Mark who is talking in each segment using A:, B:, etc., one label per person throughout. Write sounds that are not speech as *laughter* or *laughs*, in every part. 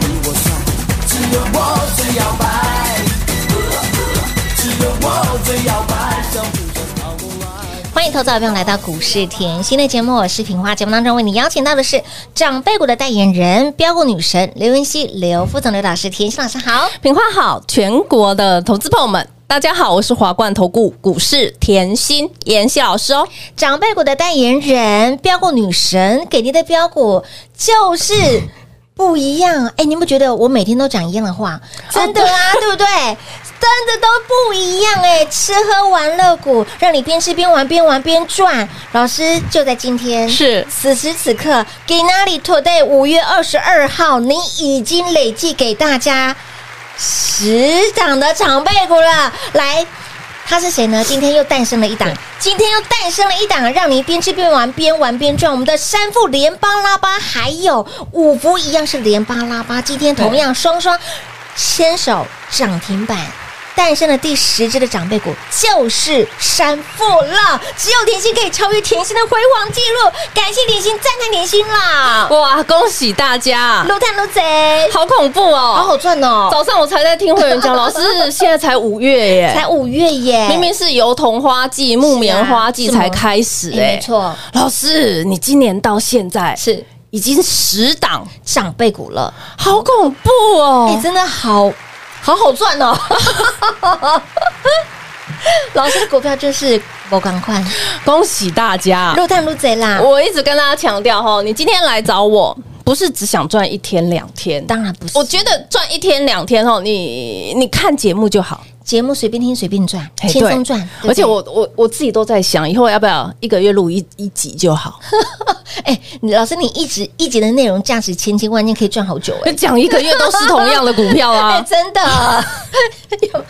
A: 比我帅。只有我最摇摆，只有我最摇摆，相互着好不爱。
B: 欢迎投资者朋友来到股市甜心的节目，我是平花。节目当中为你邀请到的是长辈股的代言人标股女神刘云熙、刘副总、刘老师、甜心老师好。
C: 品花好，全国的投资朋友们，大家好，我是华冠投顾股市甜心妍希老师哦。
B: 长辈股的代言人标股女神给您的标股就是。不一样，哎、你们觉得我每天都讲一样的话，真的啊，对不对？真的都不一样哎、吃喝玩乐股，让你边吃边玩，边玩边赚。老师就在今天，
C: 是
B: 此时此刻，给那里 today 五月二十二号，你已经累计给大家十档的长辈股了。来，他是谁呢？今天又诞生了一档，今天又诞生了一档，让你边吃边玩，边玩边赚。我们的三副连巴拉巴，还有五福一样是连巴拉巴，今天同样双双牵手涨停板。诞生的第十只的长辈股就是山富了，只有甜心可以超越甜心的辉煌记录，感谢甜心，赞叹甜心啦！
C: 哇，恭喜大家，啊
B: 撸探撸贼，
C: 好恐怖
B: 好
C: 哦！
B: 好赚哦！
C: 早上我才在听会员讲，老师现在才五月耶，
B: *laughs* 才五月耶，
C: 明明是油桐花季、木棉花季
B: 是吗
C: 才开始
B: 哎
C: 哎，
B: 没。错，
C: 老师，你今年到现在
B: 是
C: 已经十档，
B: 长辈股了，
C: 好恐怖
B: 哎、
C: 哦！
B: 真的好好好赚哦！
C: *laughs*
B: 老师的股票就是我赶快
C: 恭喜大家，
B: 入探入贼啦，
C: 我一直跟大家强调哈，你今天来找我，不是只想赚一天两天。
B: 当然不是，
C: 我觉得赚一天两天哦，你你看节目就好，
B: 节目随便听随便赚，
C: 嘿
B: 轻松
C: 哎对
B: 赚，对不对
C: 而且我我我自己都在想，以后要不要一个月录一一集就 *laughs* 好？
B: 哎、你老师你一直一集的内容价值千千万，你可以赚好久哎、
C: 讲一个月都是同样的股票
B: 哎、。
C: *laughs* 啊
B: 真的， *laughs* 有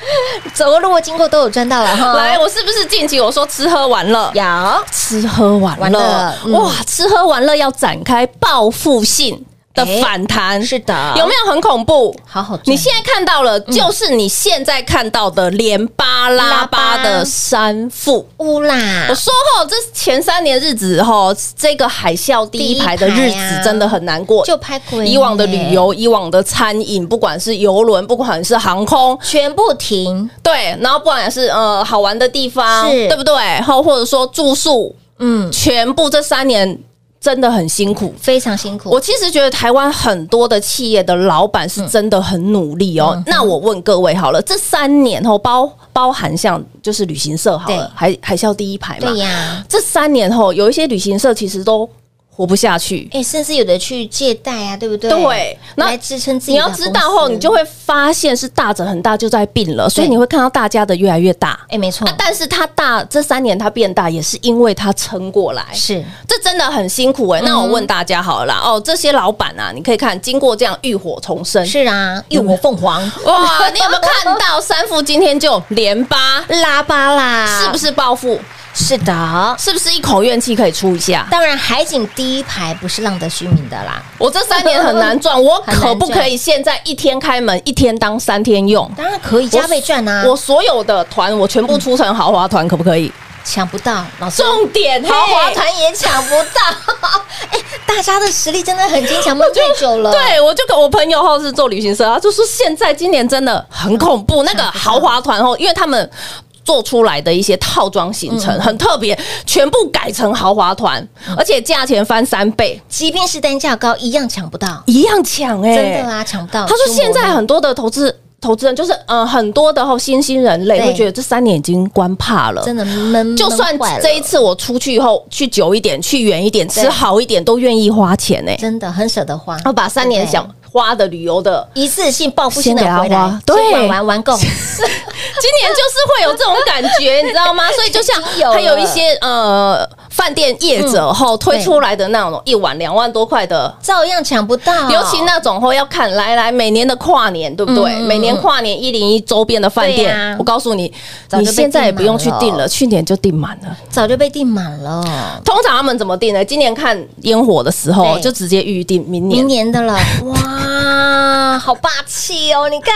B: 走过路过经过都有赚到了哈。
C: 哎来，我是不是近期我说吃喝玩乐？
B: 有
C: 吃喝玩乐，
B: 玩乐嗯
C: 哇，吃喝玩乐要展开报复性的嗯
B: 哎
C: 反弹，
B: 是的
C: 有没有很恐怖？
B: 好好赚，
C: 你现在看到了，就是你现在看到的连巴拉巴的山富。
B: 乌啦
C: 我，说后，这前三年日子吼，这个海啸第一排的日
B: 第一排啊
C: 子真的很难过。
B: 就拍鬼
C: 以往的
B: 耶
C: 旅游、以往的餐饮，不管是游轮，不管是航空，
B: 全部停，
C: 对，然后不管是呃好玩的地方，
B: 是
C: 对不对？后或者说住宿，
B: 嗯，
C: 全部这三年真的很辛苦。
B: 非常辛苦。
C: 我其实觉得台湾很多的企业的老板
B: 嗯
C: 是真的很努力哦。那我问各位好了，这三年后包包含像就是旅行社好
B: 对
C: 了，海海啸第一排嘛
B: 对，呀，
C: 这三年后有一些旅行社其实都活不下去。
B: 哎，甚至有的去借贷啊，对不对？
C: 对那
B: 来支撑自己。
C: 你要知道后，你就
B: 会，
C: 会发现是大者很大就在病了，所以
B: 对
C: 你会看到大家的越来越大。
B: 哎，没错
C: 啊，，但是它大这三年它变大，也是因为它撑过来，
B: 是
C: 这真的很辛苦哎、那我问大家好了啦，哦，这些老板啊，你可以看经过这样浴火重生，
B: 是啊，浴
C: 嗯
B: 火凤凰，
C: 哇，你有没有看到三副今天就连八，
B: 拉巴啦，
C: 是不
B: 是？
C: 是暴富？
B: 是的。
C: 是不是一口怨气可以出一下？
B: 当然，海景第一排不是浪得虚名的啦，
C: 我这三 *laughs* 年很难赚，我
B: 很难赚
C: 可不可以现在一天开门，一天当三天用？
B: 当然可以加倍赚啊！
C: 我所有的团，我全部出成豪华团，可不可以？
B: 抢不到，老师，
C: 重点
B: 豪华
C: 嘿
B: 团也抢不到。 *laughs* 哎，大家的实力真的很坚强，梦太久了。
C: *laughs* 对，我就跟我朋友后是做旅行社，他就说现在今年真的嗯很恐怖，那个豪华团哦，因为他们。做出来的一些套装行程、很特别，全部改成豪华团，而且价钱翻三倍，
B: 即便是单价高，一样抢不到。
C: 一样抢哎、
B: 真的啊，抢不到。
C: 他说
B: 出
C: 现
B: 没
C: 在
B: 了
C: 很多的投资投资人，就是呃很多的后新兴人类
B: 对
C: 会觉得这三年已经关怕了，
B: 真的闷，
C: 就算
B: 闷坏了
C: 这一次我出去以后去久一点、去远一点、
B: 对
C: 吃好一点，都愿意花钱哎、
B: 真的很舍得花，
C: 我把三年
B: 对不对
C: 想花的旅游的，
B: 一次性报复性的回
C: 先给他
B: 来
C: 花，对
B: 先玩玩
C: *laughs*
B: 玩够，
C: 今年就是会有这种感觉，你知道吗？
B: *laughs*
C: 所以就像
B: 已经有了嗯
C: 还有一些呃饭店业者后推出来的那种一晚两万多块的。
B: 照样抢不到。
C: 尤其那种后要看来来每年的跨年，对不对？
B: 嗯嗯嗯
C: 每年跨年一零一周边的饭
B: 对
C: 店，
B: 啊
C: 我告诉你，
B: 早就
C: 你
B: 被
C: 现在也
B: 订
C: 不用去
B: 满了
C: 订了，去年就订满了。
B: 早就被订满了，
C: 通常他们怎么订呢？今年看烟火的时候
B: 对
C: 就直接预定明年
B: 明。年的了，哇，好霸气哦！你看，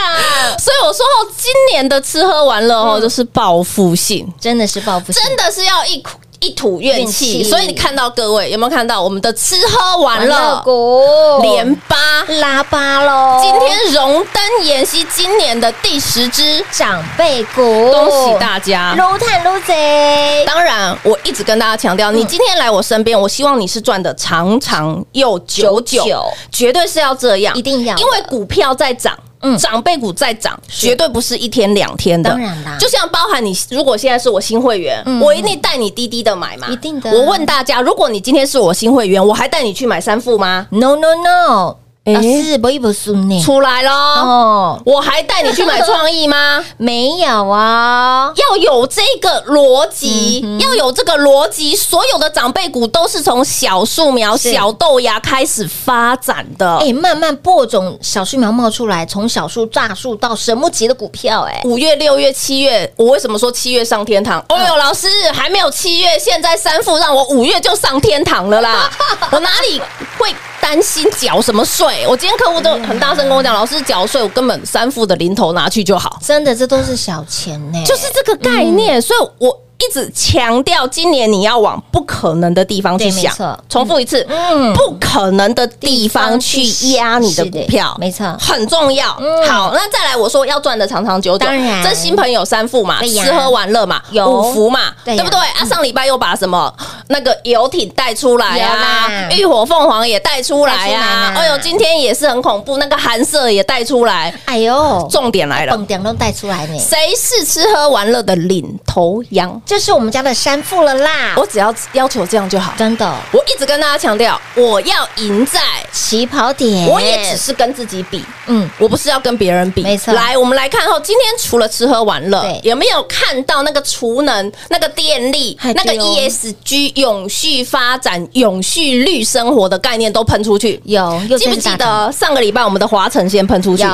C: 所以我说哦，今年的吃喝玩乐哦，就是报复性。
B: 嗯真的是报复性，
C: 真的是要一哭一吐怨
B: 怨
C: 气。
B: 气
C: 所以你看到各位有没有看到我们的吃喝玩乐
B: 股
C: 连八？
B: 拉巴喽！
C: 今天荣登妍希今年的第十支，
B: 长辈股，
C: 恭喜大家！
B: 撸探撸贼，
C: 当然，我一直跟大家
B: 嗯
C: 强调，你今天来我身边，我希望你是赚的长长又久久
B: 久久，
C: 绝对是要这样，
B: 一定要的
C: 因为股票在涨。
B: 嗯
C: 长辈股在涨，绝对不是一天两天的。
B: 当然啦
C: 就像包含你，如果现在是我新会员，
B: 嗯
C: 我一定带你滴滴的买嘛。
B: 一定的
C: 我问大家，如果你今天是我新会员，我还带你去买三副吗？
B: No No No，
C: 诶
B: 啊是不一不输呢，
C: 出来喽！
B: 哦，
C: 我还带你去买创意吗？
B: 没有啊，
C: 要有这个逻辑，
B: 嗯
C: 要有这个逻辑，所有的长辈股都是从小树苗、
B: 是
C: 小豆芽开始发展的。
B: 哎，慢慢播种小树苗冒出来，从小树大树到神木级的股票，哎，
C: 五月、六月、七月，我为什么说七月上天堂？
B: 嗯
C: 哦呦，老师还没有七月，现在三副让我五月就上天堂
B: *laughs*
C: 了啦！我哪里会担心缴什么税？我今天客户都很大声跟我
B: 嗯
C: 讲，老师缴税，我根本三副的零头拿去就好。
B: 真的这都是小钱呢，
C: 就是这个概
B: 嗯
C: 念，所以我一直强调，今年你要往不可能的地方去
B: 对没
C: 想
B: 错。
C: 重复一次，
B: 嗯
C: 不可能的地方去压你的
B: 是
C: 股票，
B: 没错
C: 很重要。
B: 嗯
C: 好，那再来，我说要赚的长长久久，
B: 当然
C: 这新朋友三副嘛，
B: 对呀
C: 吃喝玩乐嘛，
B: 有
C: 五福嘛，
B: 对
C: 对
B: 呀嗯
C: 不对？啊，上礼拜又把什么那个游艇带出来
B: 有啦
C: 啊，浴火凤凰也带出来
B: 带
C: 啊
B: 出，来啦
C: 哎呦，今天也是很恐怖，那个寒舍也带出来。
B: 哎呦，
C: 重点来了
B: 蹦，点都带出来呢，
C: 谁是吃喝玩乐的领头羊？
B: 这是我们家的山富了啦，
C: 我只要要求这样就好。
B: 真的
C: 我一直跟大家强调，我要赢在，
B: 起跑点，
C: 我也只是跟自己比。
B: 嗯，
C: 我不是要跟别人比，
B: 没错
C: 来，我们来看后，今天除了吃喝玩乐
B: 对，
C: 有没有看到那个储能、那个电力
B: 嗨、
C: 那个
B: 对哦
C: ESG 永续发展、永续绿生活的概念都喷出去？
B: 有，又
C: 记不
B: 真是
C: 记
B: 大涨
C: 得上个礼拜我们的华晨先喷出去？
B: 有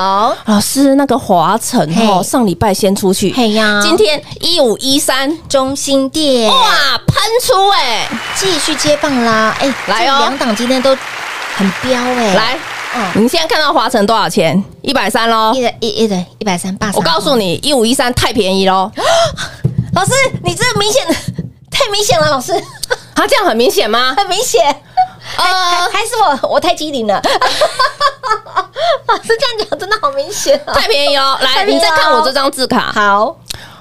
C: 老师，那个华晨哦，
B: 嘿
C: 上礼拜先出去，
B: 嘿呀
C: 今天一五一三，
B: 中心店
C: 哇，喷出哎、
B: 继续接棒啦，哎，
C: 来
B: 这
C: 哦
B: 两档今天都很飙哎，
C: 来，
B: 嗯
C: 你现在看到华晨多少钱？一百三喽。
B: 一人一一人一百三八，
C: 我告诉你，一五一三太便宜喽。
B: 啊老师，你这明显 *laughs* 太明显了，老师 *laughs*
C: 它啊这样很明显吗？
B: 很明显，还
C: 呃，
B: 还是我我太机灵 *laughs* 了，老师这样讲真的好明显啊。
C: 太便宜喽。
B: 太
C: 来，
B: 便宜
C: 你
B: 咯
C: 再看我这张字卡，
B: 好，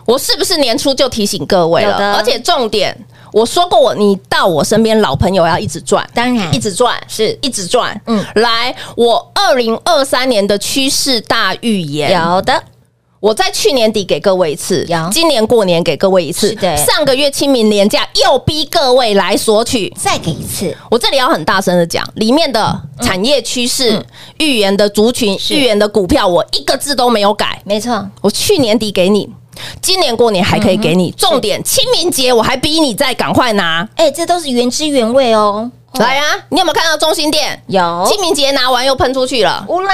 C: 我是不是年初就提醒各位
B: 有的
C: 了？而且重点，我说过我，你到我身边老朋友要一直赚。
B: 当然
C: 一直赚，是一直赚。
B: 嗯
C: 嗯，来，我二零二三年的趋势大预言，
B: 有的，
C: 我在去年底给各位一次
B: 有，
C: 今年过年给各位一次
B: 是的，
C: 上个月清明年假又逼各位来索取。
B: 再给一次，
C: 我这里要很大声的讲，里面的
B: 嗯
C: 产业趋势、预言的族群、预言的股票，我一个字都没有改。
B: 没错，
C: 我去年底给你，今年过年还可以给
B: 嗯
C: 你。重点，清明节我还逼你再赶快拿。
B: 哎，这都是原汁原味哦。
C: 来啊！你有没有看到中心店？
B: 有
C: 清明节拿完又喷出去了，
B: 乌啦，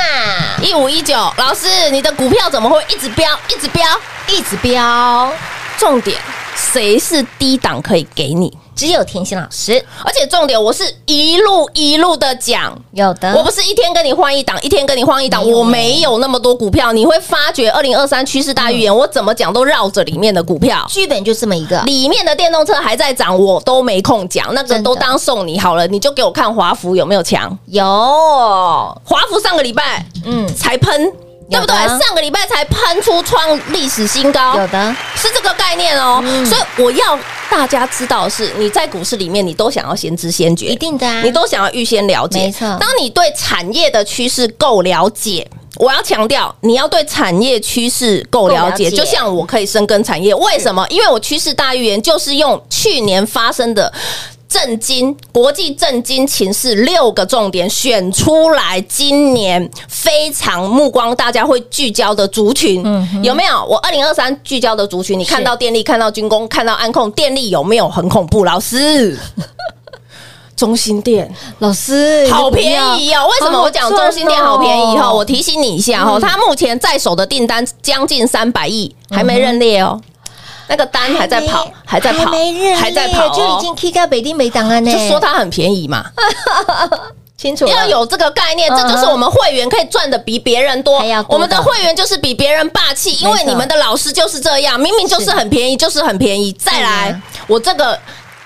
C: 一五一九。老师，你的股票怎么会一直飙，一直飙？
B: 一直飙，
C: 重点，谁是低档可以给你？
B: 只有甜心老师
C: 而且重点，我是一路一路的讲，
B: 有的，
C: 我不是一天跟你换一档，一天跟你换一档，
B: 没有
C: 我嗯没有那么多股票。你会发觉二零二三趋势大预言，我怎么讲都绕着里面的股票。
B: 剧本就这么一个，
C: 里面的电动车还在涨，我都没空讲，那个
B: 真的
C: 都当送你好了，你就给我看华孚有没有强。
B: 有，
C: 华孚上个礼拜
B: 嗯，
C: 才喷，对
B: 有
C: 不
B: 的
C: 对？上个礼拜才喷出创历史新高，
B: 嗯有嗯的，
C: 是这个概念哦。所以我要大家知道的是，你在股市里面，你都想要先知先觉，
B: 一定的啊，
C: 你都想要预先了解。
B: 没错
C: 当你对产业的趋势够了解。我要强调，你要对产业趋势够了解，
B: 够了解
C: 就像我可以深耕产业，为什么？因为我趋势大预言就是用去年发生的震惊国际震惊情势六个重点选出来，今年非常目光大家会聚焦的族群，有没有？我二零二三聚焦的族群，你看到电力，看到军工，看到安控，电力有没有很恐怖？老师，中心店。
B: 老师
C: 好便宜哦！为什么我讲中心店好便
B: 哦
C: 宜哈？我提醒你一下
B: 嗯
C: 哈，它目前在手的订单将近三百亿，还没认列哦。那个单还在跑，还在跑，
B: 嗯还没认
C: 还在跑
B: 列就已
C: 哦。
B: 经 K 到北京没档案呢。
C: 就说它很便宜嘛，
B: 清楚了
C: 要有这个概念，
B: 嗯
C: 这就是我们会员可以赚的比别人多
B: 还要。多
C: 我们的会员就是比别人霸气，因
B: 没
C: 为
B: 错
C: 你们的老师就是这样，明明就是
B: 是
C: 很便宜，就是很便宜。再
B: 对
C: 来
B: 啊，
C: 我这个。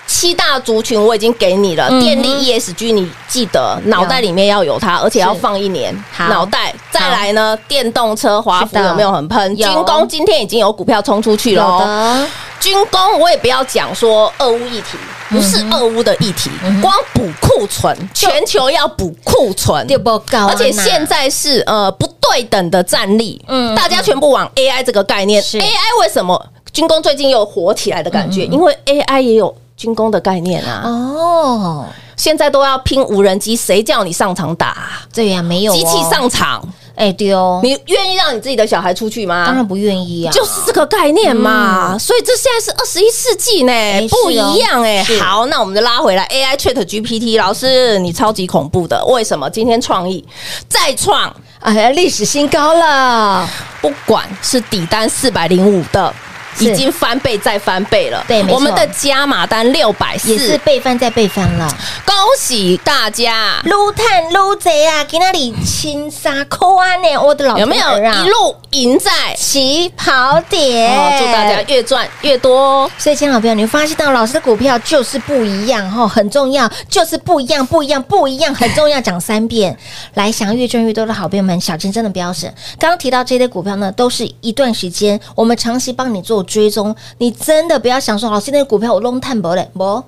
C: 七大族群我已经给你了，
B: 嗯
C: 电力 ESG 你记得脑袋里面要有它，而且要放一年。
B: 好
C: 脑袋再来呢，电动车华
B: 是
C: 孚
B: 的
C: 有没有很喷？
B: 有
C: 军工今天已经有股票冲出去了
B: 有
C: 哦，
B: 的
C: 军工我也不要讲说俄乌议题，不是
B: 嗯
C: 俄乌的议题，光补库存，全球要补库存，
B: 就不高，
C: 而且现在是呃不对等的战力，
B: 嗯
C: 大家全部往 AI 这个概念
B: 是嗯
C: ，AI 为什么军工最近又火起来的感觉？因为 AI 也有。军工的概念啊，
B: 哦，
C: 现在都要拼无人机，谁叫你上场打啊、
B: 对呀，没有哦
C: 机器上场，
B: 哎对哦，
C: 你愿意让你自己的小孩出去吗？
B: 当然不愿意啊，
C: 就是这个概念嘛。所以这现在是二十一世纪呢，不
B: 是哦
C: 一样哎、
B: 是
C: 好，那我们就拉回来 AI Chat GPT，老师你超级恐怖的，为什么？今天创意再创，
B: 哎历史新高了，
C: 不管是底单四百零五的。
B: 是
C: 已经翻倍再翻倍了，
B: 对没错
C: 我们的加码单六百
B: 也是
C: 四，
B: 被翻再被翻了。
C: 恭喜大家！
B: 撸探撸贼啊，给那里亲杀扣安呢？我的老
C: 有没有
B: 天儿啊
C: 一路赢在？
B: 起跑点？
C: 哦，祝大家越赚越多哦！
B: 所以，亲爱的朋友，你会发现到老师的股票就是不一样哈，很重要，就是不一样，不一样，不一样，很重要，讲三遍。来，想要越赚越多的好朋友们，小金真的不要省。刚刚提到这些股票呢，都是一段时间我们长期帮你做追踪，你真的不要想说，老师那个股票我弄探博嘞，不。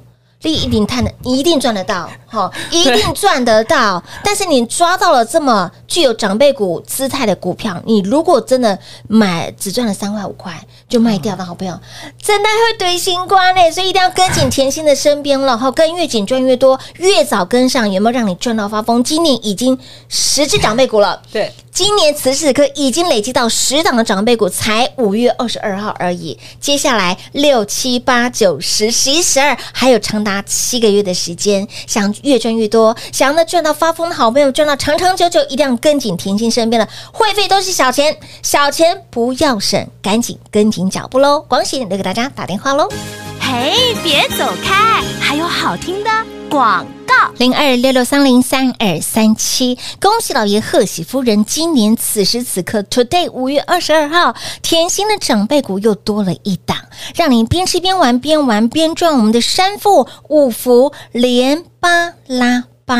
B: 你一定探的，你一定赚得到，好，一定赚得到。但是你抓到了这么具有长辈股姿态的股票，你如果真的买只赚了三块五块就卖掉的好朋友，真的会堆新瓜呢。所以一定要跟紧甜心的身边了，哈，跟越紧赚越多，越早跟上，有没有让你赚到发疯？今年已经十只长辈股了，
C: 对，
B: 今年此时此刻已经累积到十档的长辈股，才五月二十二号而已。接下来六七八九十十一十二，还有长达七个月的时间，想越赚越多，想要呢赚到发疯的好朋友，赚到长长久久，一定要跟紧甜心身边的。会费都是小钱，小钱不要省，赶紧跟紧脚步喽！广喜得给大家打电话喽。
D: 嘿，别走开，还有好听的广告。
B: 零二六六三零三二三七。恭喜老爷贺喜夫人，今年此时此刻，today 五月二十二号，甜心的长辈股又多了一档，让您边吃边玩，边玩边赚。我们的山富、五福、连巴拉。八，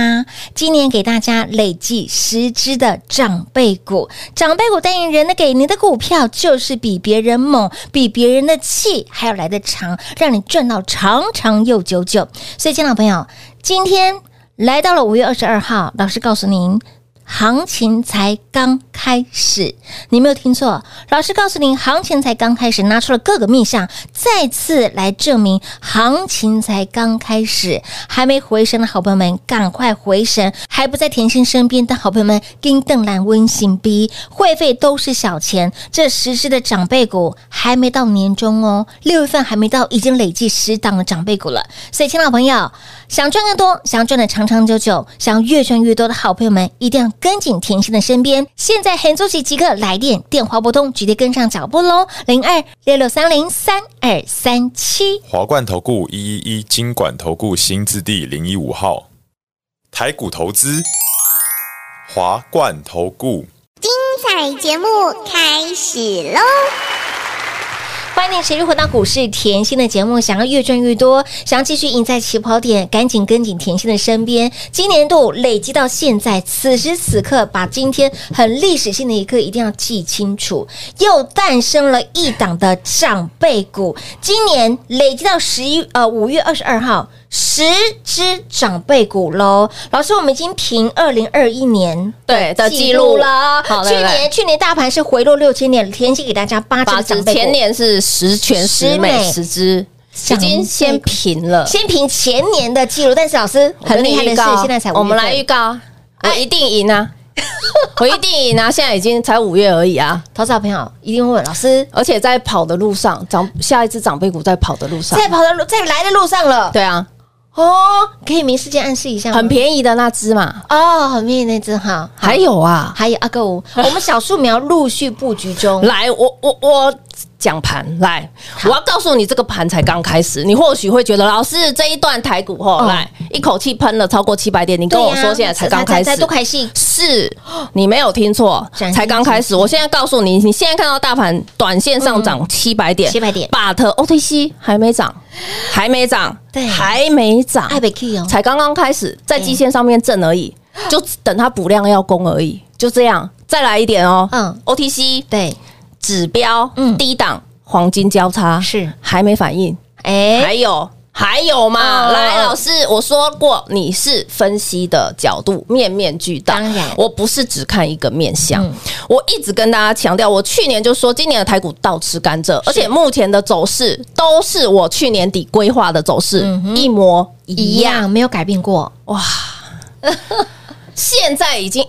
B: 今年给大家累计十只的长辈股，长辈股代言人呢给您的股票就是比别人猛，比别人的气还要来得长，让你赚到长长又久久。所以，亲爱的朋友，今天来到了五月二十二号，老师告诉您。行情才刚开始，你没有听错，老师告诉您，行情才刚开始，拿出了各个面向，再次来证明行情才刚开始，还没回神的好朋友们，赶快回神！还不在甜心身边的好朋友们，跟邓兰温馨逼，会费都是小钱，这实施的长辈股还没到年终哦，六月份还没到，已经累计十档的长辈股了，所以，亲爱的朋友，想赚更多，想赚的长长久久，想要越赚越多的好朋友们，一定要跟紧甜心的身边。现在很着急，即刻来电，电话拨通，直接跟上脚步喽，零二六六三零三二三七。
E: 华冠投顾一一一金管投顾新字第零一五号，台股投资，华冠投顾。
F: 彩节目开始喽！
B: 欢迎持续回到股市甜心的节目。想要越赚越多，想要继续赢在起跑点，赶紧跟紧甜心的身边。今年度累积到现在，此时此刻，把今天很历史性的一刻一定要记清楚。又诞生了一档的长辈股，今年累积到十一呃五月二十二号。十只长辈股喽，老师，我们已经凭二零二一年
C: 对的记录
B: 了。
C: 好
B: 去
C: 对对
B: 年去年大盘是回落六千点，甜心给大家八只
C: 八
B: 的
C: 只
B: 啊长辈股
C: 前年是十全十
B: 十
C: 美
B: 美
C: 十只，已经先平了。
B: 先凭前年的记录，但是老师
C: 我跟
B: 很
C: 你
B: 厉害的是
C: 预告，
B: 现在才五月份哎
C: 我们来预告，我一定赢
B: *laughs*
C: 啊！我一定赢啊！现在已经才五月而已啊，
B: 投资好朋友一定会问老师，
C: 而且在跑的路上，长下一只长辈股在跑的路上，
B: 在跑的路，在来的路上了。
C: 对啊，
B: 哦，可以明示间暗示一下吗，
C: 很便宜的那只嘛，
B: 哦，很便宜那只哈。
C: 还有啊，
B: 还有阿哥
C: *laughs*
B: 五，我们小树苗陆续布局中。
C: 来，我我我讲盘来，我要告诉你，这个盘才刚开始，你或许会觉得老师这一段台股后、
B: 嗯
C: 来一口气喷了超过七百点，你
B: 对
C: 跟
B: 呀
C: 我说现在才刚开始
B: 才。都开戏，
C: 是你没有听错
B: 崭，新
C: 才刚开始。我现在告诉你，你现在看到大盘短线上涨七百点，
B: 700点
C: ，but OTC 还没涨，还没涨，
B: 对
C: 还没涨，
B: 爱北 K 哦，
C: 才刚刚开始，在
B: 对
C: 基线上面震而已，就等它补量要攻而已，就这样。再来一点哦，
B: 嗯
C: ，OTC
B: 对，
C: 指标，
B: 嗯
C: 低档黄金交叉
B: 是
C: 还没反应，还
B: 哎，
C: 有。还有嘛？
B: 嗯
C: 来，
B: 嗯
C: 老师，我说过你是分析的角度面面俱到，
B: 当然
C: 我不是只看一个面相。
B: 嗯
C: 我一直跟大家强调，我去年就说今年的台股倒吃甘蔗，而且目前的走势都是我去年底规划的走势，
B: 嗯
C: 一模一
B: 一
C: 样。
B: 样没有改变过，
C: 现在已经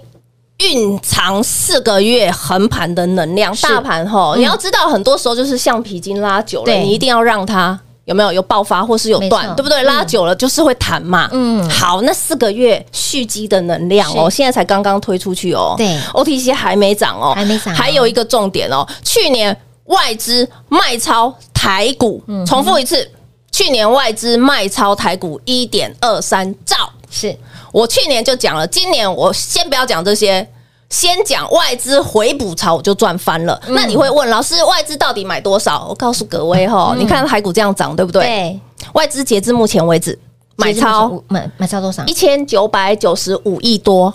C: 蕴藏四个月横盘的能量，大盘吼，你要知道，很多时候就是橡皮筋拉久了，
B: 嗯对
C: 你一定要让它。有没有有爆发或是有
B: 没
C: 断
B: 错，
C: 对不对？拉久了就是会弹嘛。
B: 嗯
C: 嗯，好，那四个月蓄积的能量哦，
B: 是
C: 现在才刚刚推出去哦。
B: 对
C: ，OTC 还没涨哦，
B: 还没涨哦
C: 还有一个重点哦，去年外资卖超台股，
B: 嗯
C: 重复一次，去年外资卖超台股一点二三兆，
B: 是
C: 我去年就讲了，今年我先不要讲这些，先讲外资回补潮，我就赚翻了。那你会问老师，外资到底买多少？我告诉各位哈、你看台股这样涨，对不嗯对？
B: 对，
C: 外资截至目前为止买
B: 其实就是
C: 超
B: 五买买超多少
C: 一？千九百九十五亿多。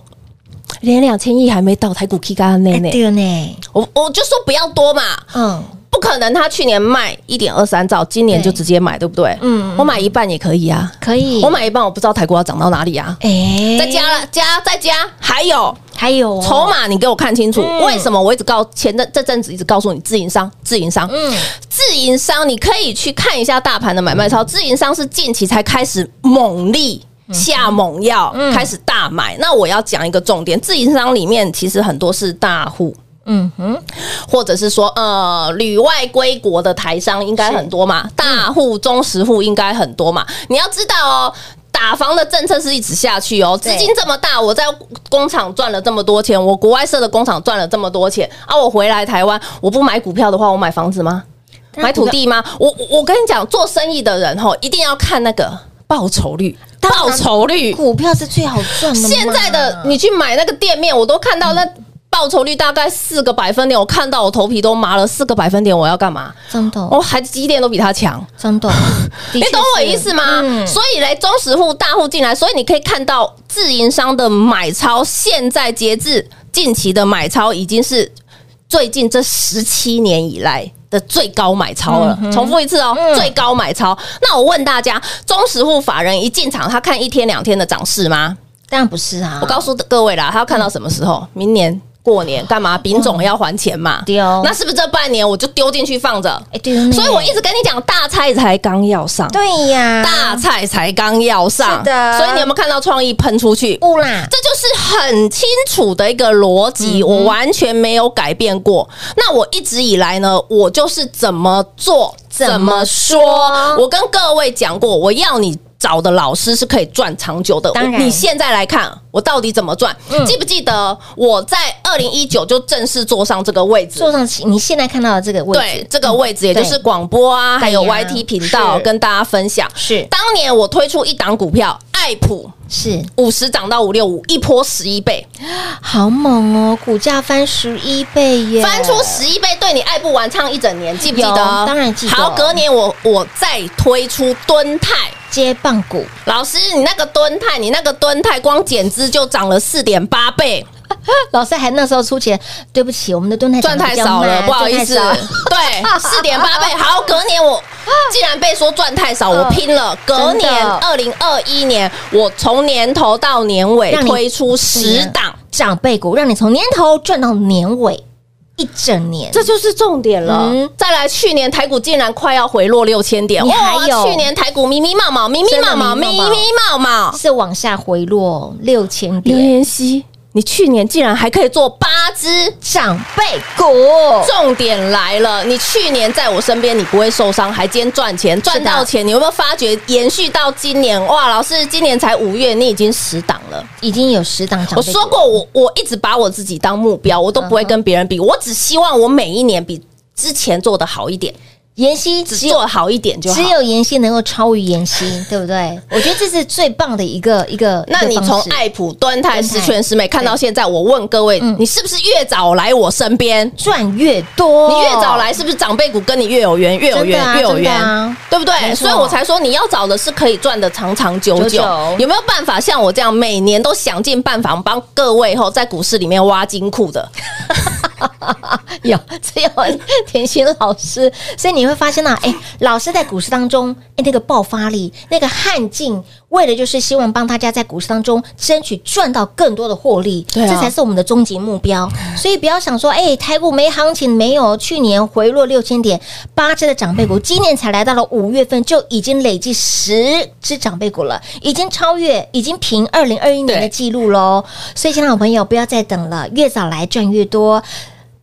C: 连两千亿还没到，台股 K 干内
B: 哎
C: 内，
B: 对呢，
C: 我我就说不要多嘛，
B: 嗯，
C: 不可能他去年卖一点二三兆，今年就直接买，对不对？
B: 嗯
C: 嗯，我买一半也可以啊，
B: 可以，
C: 我，买一半我不知道台股要涨到哪里啊，
B: 哎，
C: 再加了加再加，还有
B: 还有哦
C: 筹，码，你给我看清楚，
B: 嗯
C: 为什么我一直告前阵这阵子一直告诉你自营商，自营商，
B: 嗯，
C: 自营商，你可以去看一下大盘的买卖
B: 嗯
C: 超，自营商是近期才开始猛力。下猛药、
B: 嗯
C: 开始大买，那我要讲一个重点，自营商里面其实很多是大户，
B: 嗯哼，
C: 或者是说呃旅外归国的台商应该很多嘛，大户、中实户应该很多嘛。你要知道哦。打房的政策是一直下去哦，
B: 对
C: 资金这么大，我在工厂赚了这么多钱，我国外设的工厂赚了这么多钱啊，我回来台湾，我不买股票的话，我买房子吗？
B: 当然
C: 买土地吗？我我我跟你讲，做生意的人吼，一定要看那个报酬率，
B: 当然
C: 报酬率
B: 股票是最好赚的嘛，
C: 现在的你去买那个店面，我都看到那报酬率大概四个百分点，我看到我头皮都麻了。四个百分点我要干嘛？
B: 真的
C: 我孩子积电都比他强，
B: 真
C: *laughs*
B: 的，
C: 哦你
B: 的确是
C: 懂我意思吗？
B: 嗯
C: 所以来中实户大户进来，所以你可以看到自营商的买超，现在截至近期的买超已经是最近这十七年以来。的最高买超了，重复一次哦，最高买超。那我问大家，中实户法人一进场，他看一天两天的涨势吗？
B: 当然不是啊，
C: 我告诉各位啦，他要看到什么时候？明年过年干嘛？丙种要还钱嘛？
B: 嗯对哦
C: 那是不是这半年我就丢进去放着？
B: 哎，对呢，
C: 所以我一直跟你讲，大菜才刚要上，
B: 对呀，
C: 大菜才刚要上。
B: 是的
C: 所以你有没有看到创意喷出去？
B: 雾啦，
C: 这就是很清楚的一个逻
B: 嗯
C: 辑，我完全没有改变过。那我一直以来呢，我就是怎么做
B: 怎
C: 怎
B: 么
C: 么说。我跟各位讲过，我要你。找的老师是可以赚长久的。
B: 当然嗯
C: 我你现在来看我到底怎么赚？记不记得我在二零一九就正式坐上这个位置？
B: 坐上去你现在看到的这个位置嗯
C: 对，这个位置也就是
B: 对
C: 广播啊，还有
B: 对呀
C: YT 频道
B: 是
C: 跟大家分享。
B: 是
C: 当年我推出一档股票爱普，
B: 是
C: 五十涨到五六五，一波十一倍，
B: 好猛哦，股价翻十一倍耶，
C: 翻出十一倍，对你爱不完唱一整年，记不记
B: 有
C: 得？
B: 当然记得
C: 好，隔年我我再推出敦泰。
B: 接棒股，
C: 老师，你那个敦泰，你那个敦泰光减资就涨了四点八
B: *laughs*
C: 倍，
B: 老师还那时候出钱，对不起，我们的蹲台
C: 赚太少了，不好意思。对，四点
B: *laughs*
C: 八倍。好，隔年我既然被说赚太少，我
B: *laughs*
C: 拼了。隔年二零二一年，我从年头到年尾
B: 让你
C: 推出十档。
B: 长辈股，让你从年头赚到年尾，一整年。
C: 这就是重点了。
B: 嗯
C: 再来，去年台股竟然快要回落六千点，
B: 你还有
C: 去年台股咪咪冒冒，咪咪冒冒，
B: 真的
C: 咪
B: 咪咪冒冒
C: 咪冒冒。
B: 是往下回落六千
C: 刘
B: 点，
C: 妍希，你去年竟然还可以做八只。
B: 长辈股
C: 重点来了，你去年在我身边，你不会受伤，还兼赚钱，赚到钱，你有没有发觉延续到今年？哇，老师，今年才五月，你已经十档了。
B: 已经有十档长
C: 我
B: 辈股嗯
C: 说过，我我一直把我自己当目标，我都不会跟别人比，我只希望我每一年比之前做的好一点，
B: 妍希
C: 只
B: 只有
C: 做好一点就好
B: 只。有妍希能够超于妍
C: *laughs*
B: 希，对不对？我觉得这是最棒的一个一个。
C: 那你
B: 一个
C: 从
B: 方式
C: 爱普、敦
B: 敦泰
C: 泰、
B: 嗯
C: 十全十美看到现在，我问各位，你是不是越早来我身边？
B: 赚越多，
C: 你越早来，是不是长辈股跟你越有缘，越有
B: 哦真的
C: 缘，
B: 啊
C: 越有
B: 真的
C: 缘
B: 啊，
C: 对不
B: 没
C: 对？
B: 错
C: 所以我才说你要找的是可以赚的长长久
B: 久
C: 久
B: 久，
C: 有没有办法像我这样每年都想尽办法帮各位吼在股市里面挖金库的？
B: *laughs* 有只有甜心老师，所以你会发现到，哎、老师在股市当中，哎、那个爆发力，那个悍劲，为了就是希望帮大家在股市当中争取赚到更多的获利，
C: 对啊
B: 这才是我们的终极目标。所以不要想说，哎、台股没行情，没有去年回落六千点，八只的长辈股，今年才来到了五月份，就已经累计十只长辈股了，已经超越，已经平二零二一年的
C: 对
B: 记录喽。所以，亲爱的朋友，不要再等了，越早来赚越多。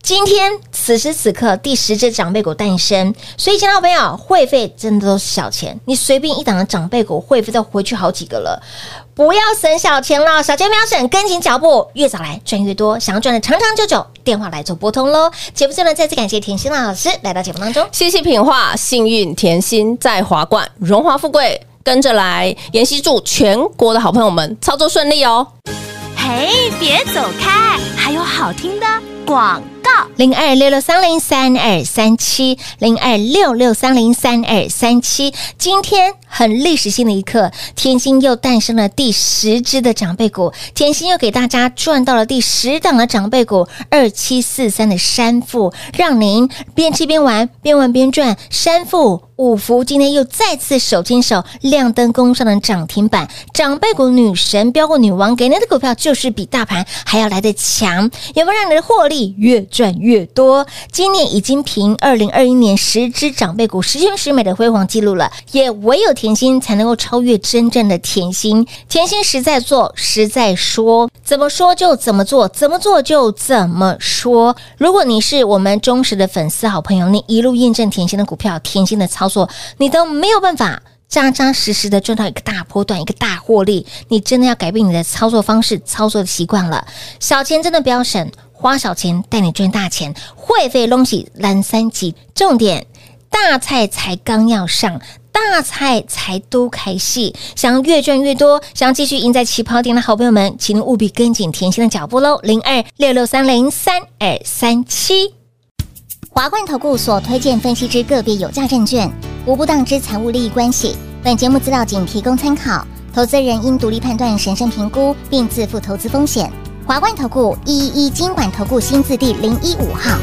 B: 今天此时此刻第十只长辈股诞生，所以，亲爱的朋友，会费真的都是小钱，你随便一档的长辈股会费都回去好几个了。不要省小钱了，小钱不要省，跟紧脚步，越早来赚越多，想要赚的长长久久，电话来做拨通喽。节目最后呢，再次感谢甜心老师来到节目当中。
C: 谢谢品画，幸运甜心在华冠，荣华富贵跟着来。妍希祝全国的好朋友们操作顺利哦。
D: 嘿，别走开，还有好听的广告。
B: 零二六六三零三二三七，零二六六三零三二三七。今天很历史性的一刻，天星又诞生了第十只的长辈股，天星又给大家赚到了第十档的长辈股二七四三的山富，让您边吃边玩，边玩边赚。山富五福今天又再次手牵手亮灯攻上了涨停板，长辈股女神标股女王给您的股票就是比大盘还要来得强，有没有让你的获利越赚越多？今年已经凭二零二一年十只长辈股十全十美的辉煌记录了，也唯有甜心才能够超越真正的甜心。甜心实在做，实在说，怎么说就怎么做，怎么做就怎么说。如果你是我们忠实的粉丝、好朋友，你一路验证甜心的股票、甜心的操作，你都没有办法。扎扎实实的赚到一个大波段，一个大获利，你真的要改变你的操作方式、操作的习惯了。小钱真的不要省，花小钱带你赚大钱，会费东西蓝三级，重点大菜才刚要上。大菜才都开戏，想要越赚越多，想要继续赢在起跑点的好朋友们，请您务必跟紧甜心的脚步喽！零二六六三零三二三七。
F: 华冠投顾所推荐分析之个别有价证券，无不当之财务利益关系。本节目资料仅提供参考，投资人应独立判断、审慎评估，并自负投资风险。华冠投顾一一一金管投顾新字第零一五号。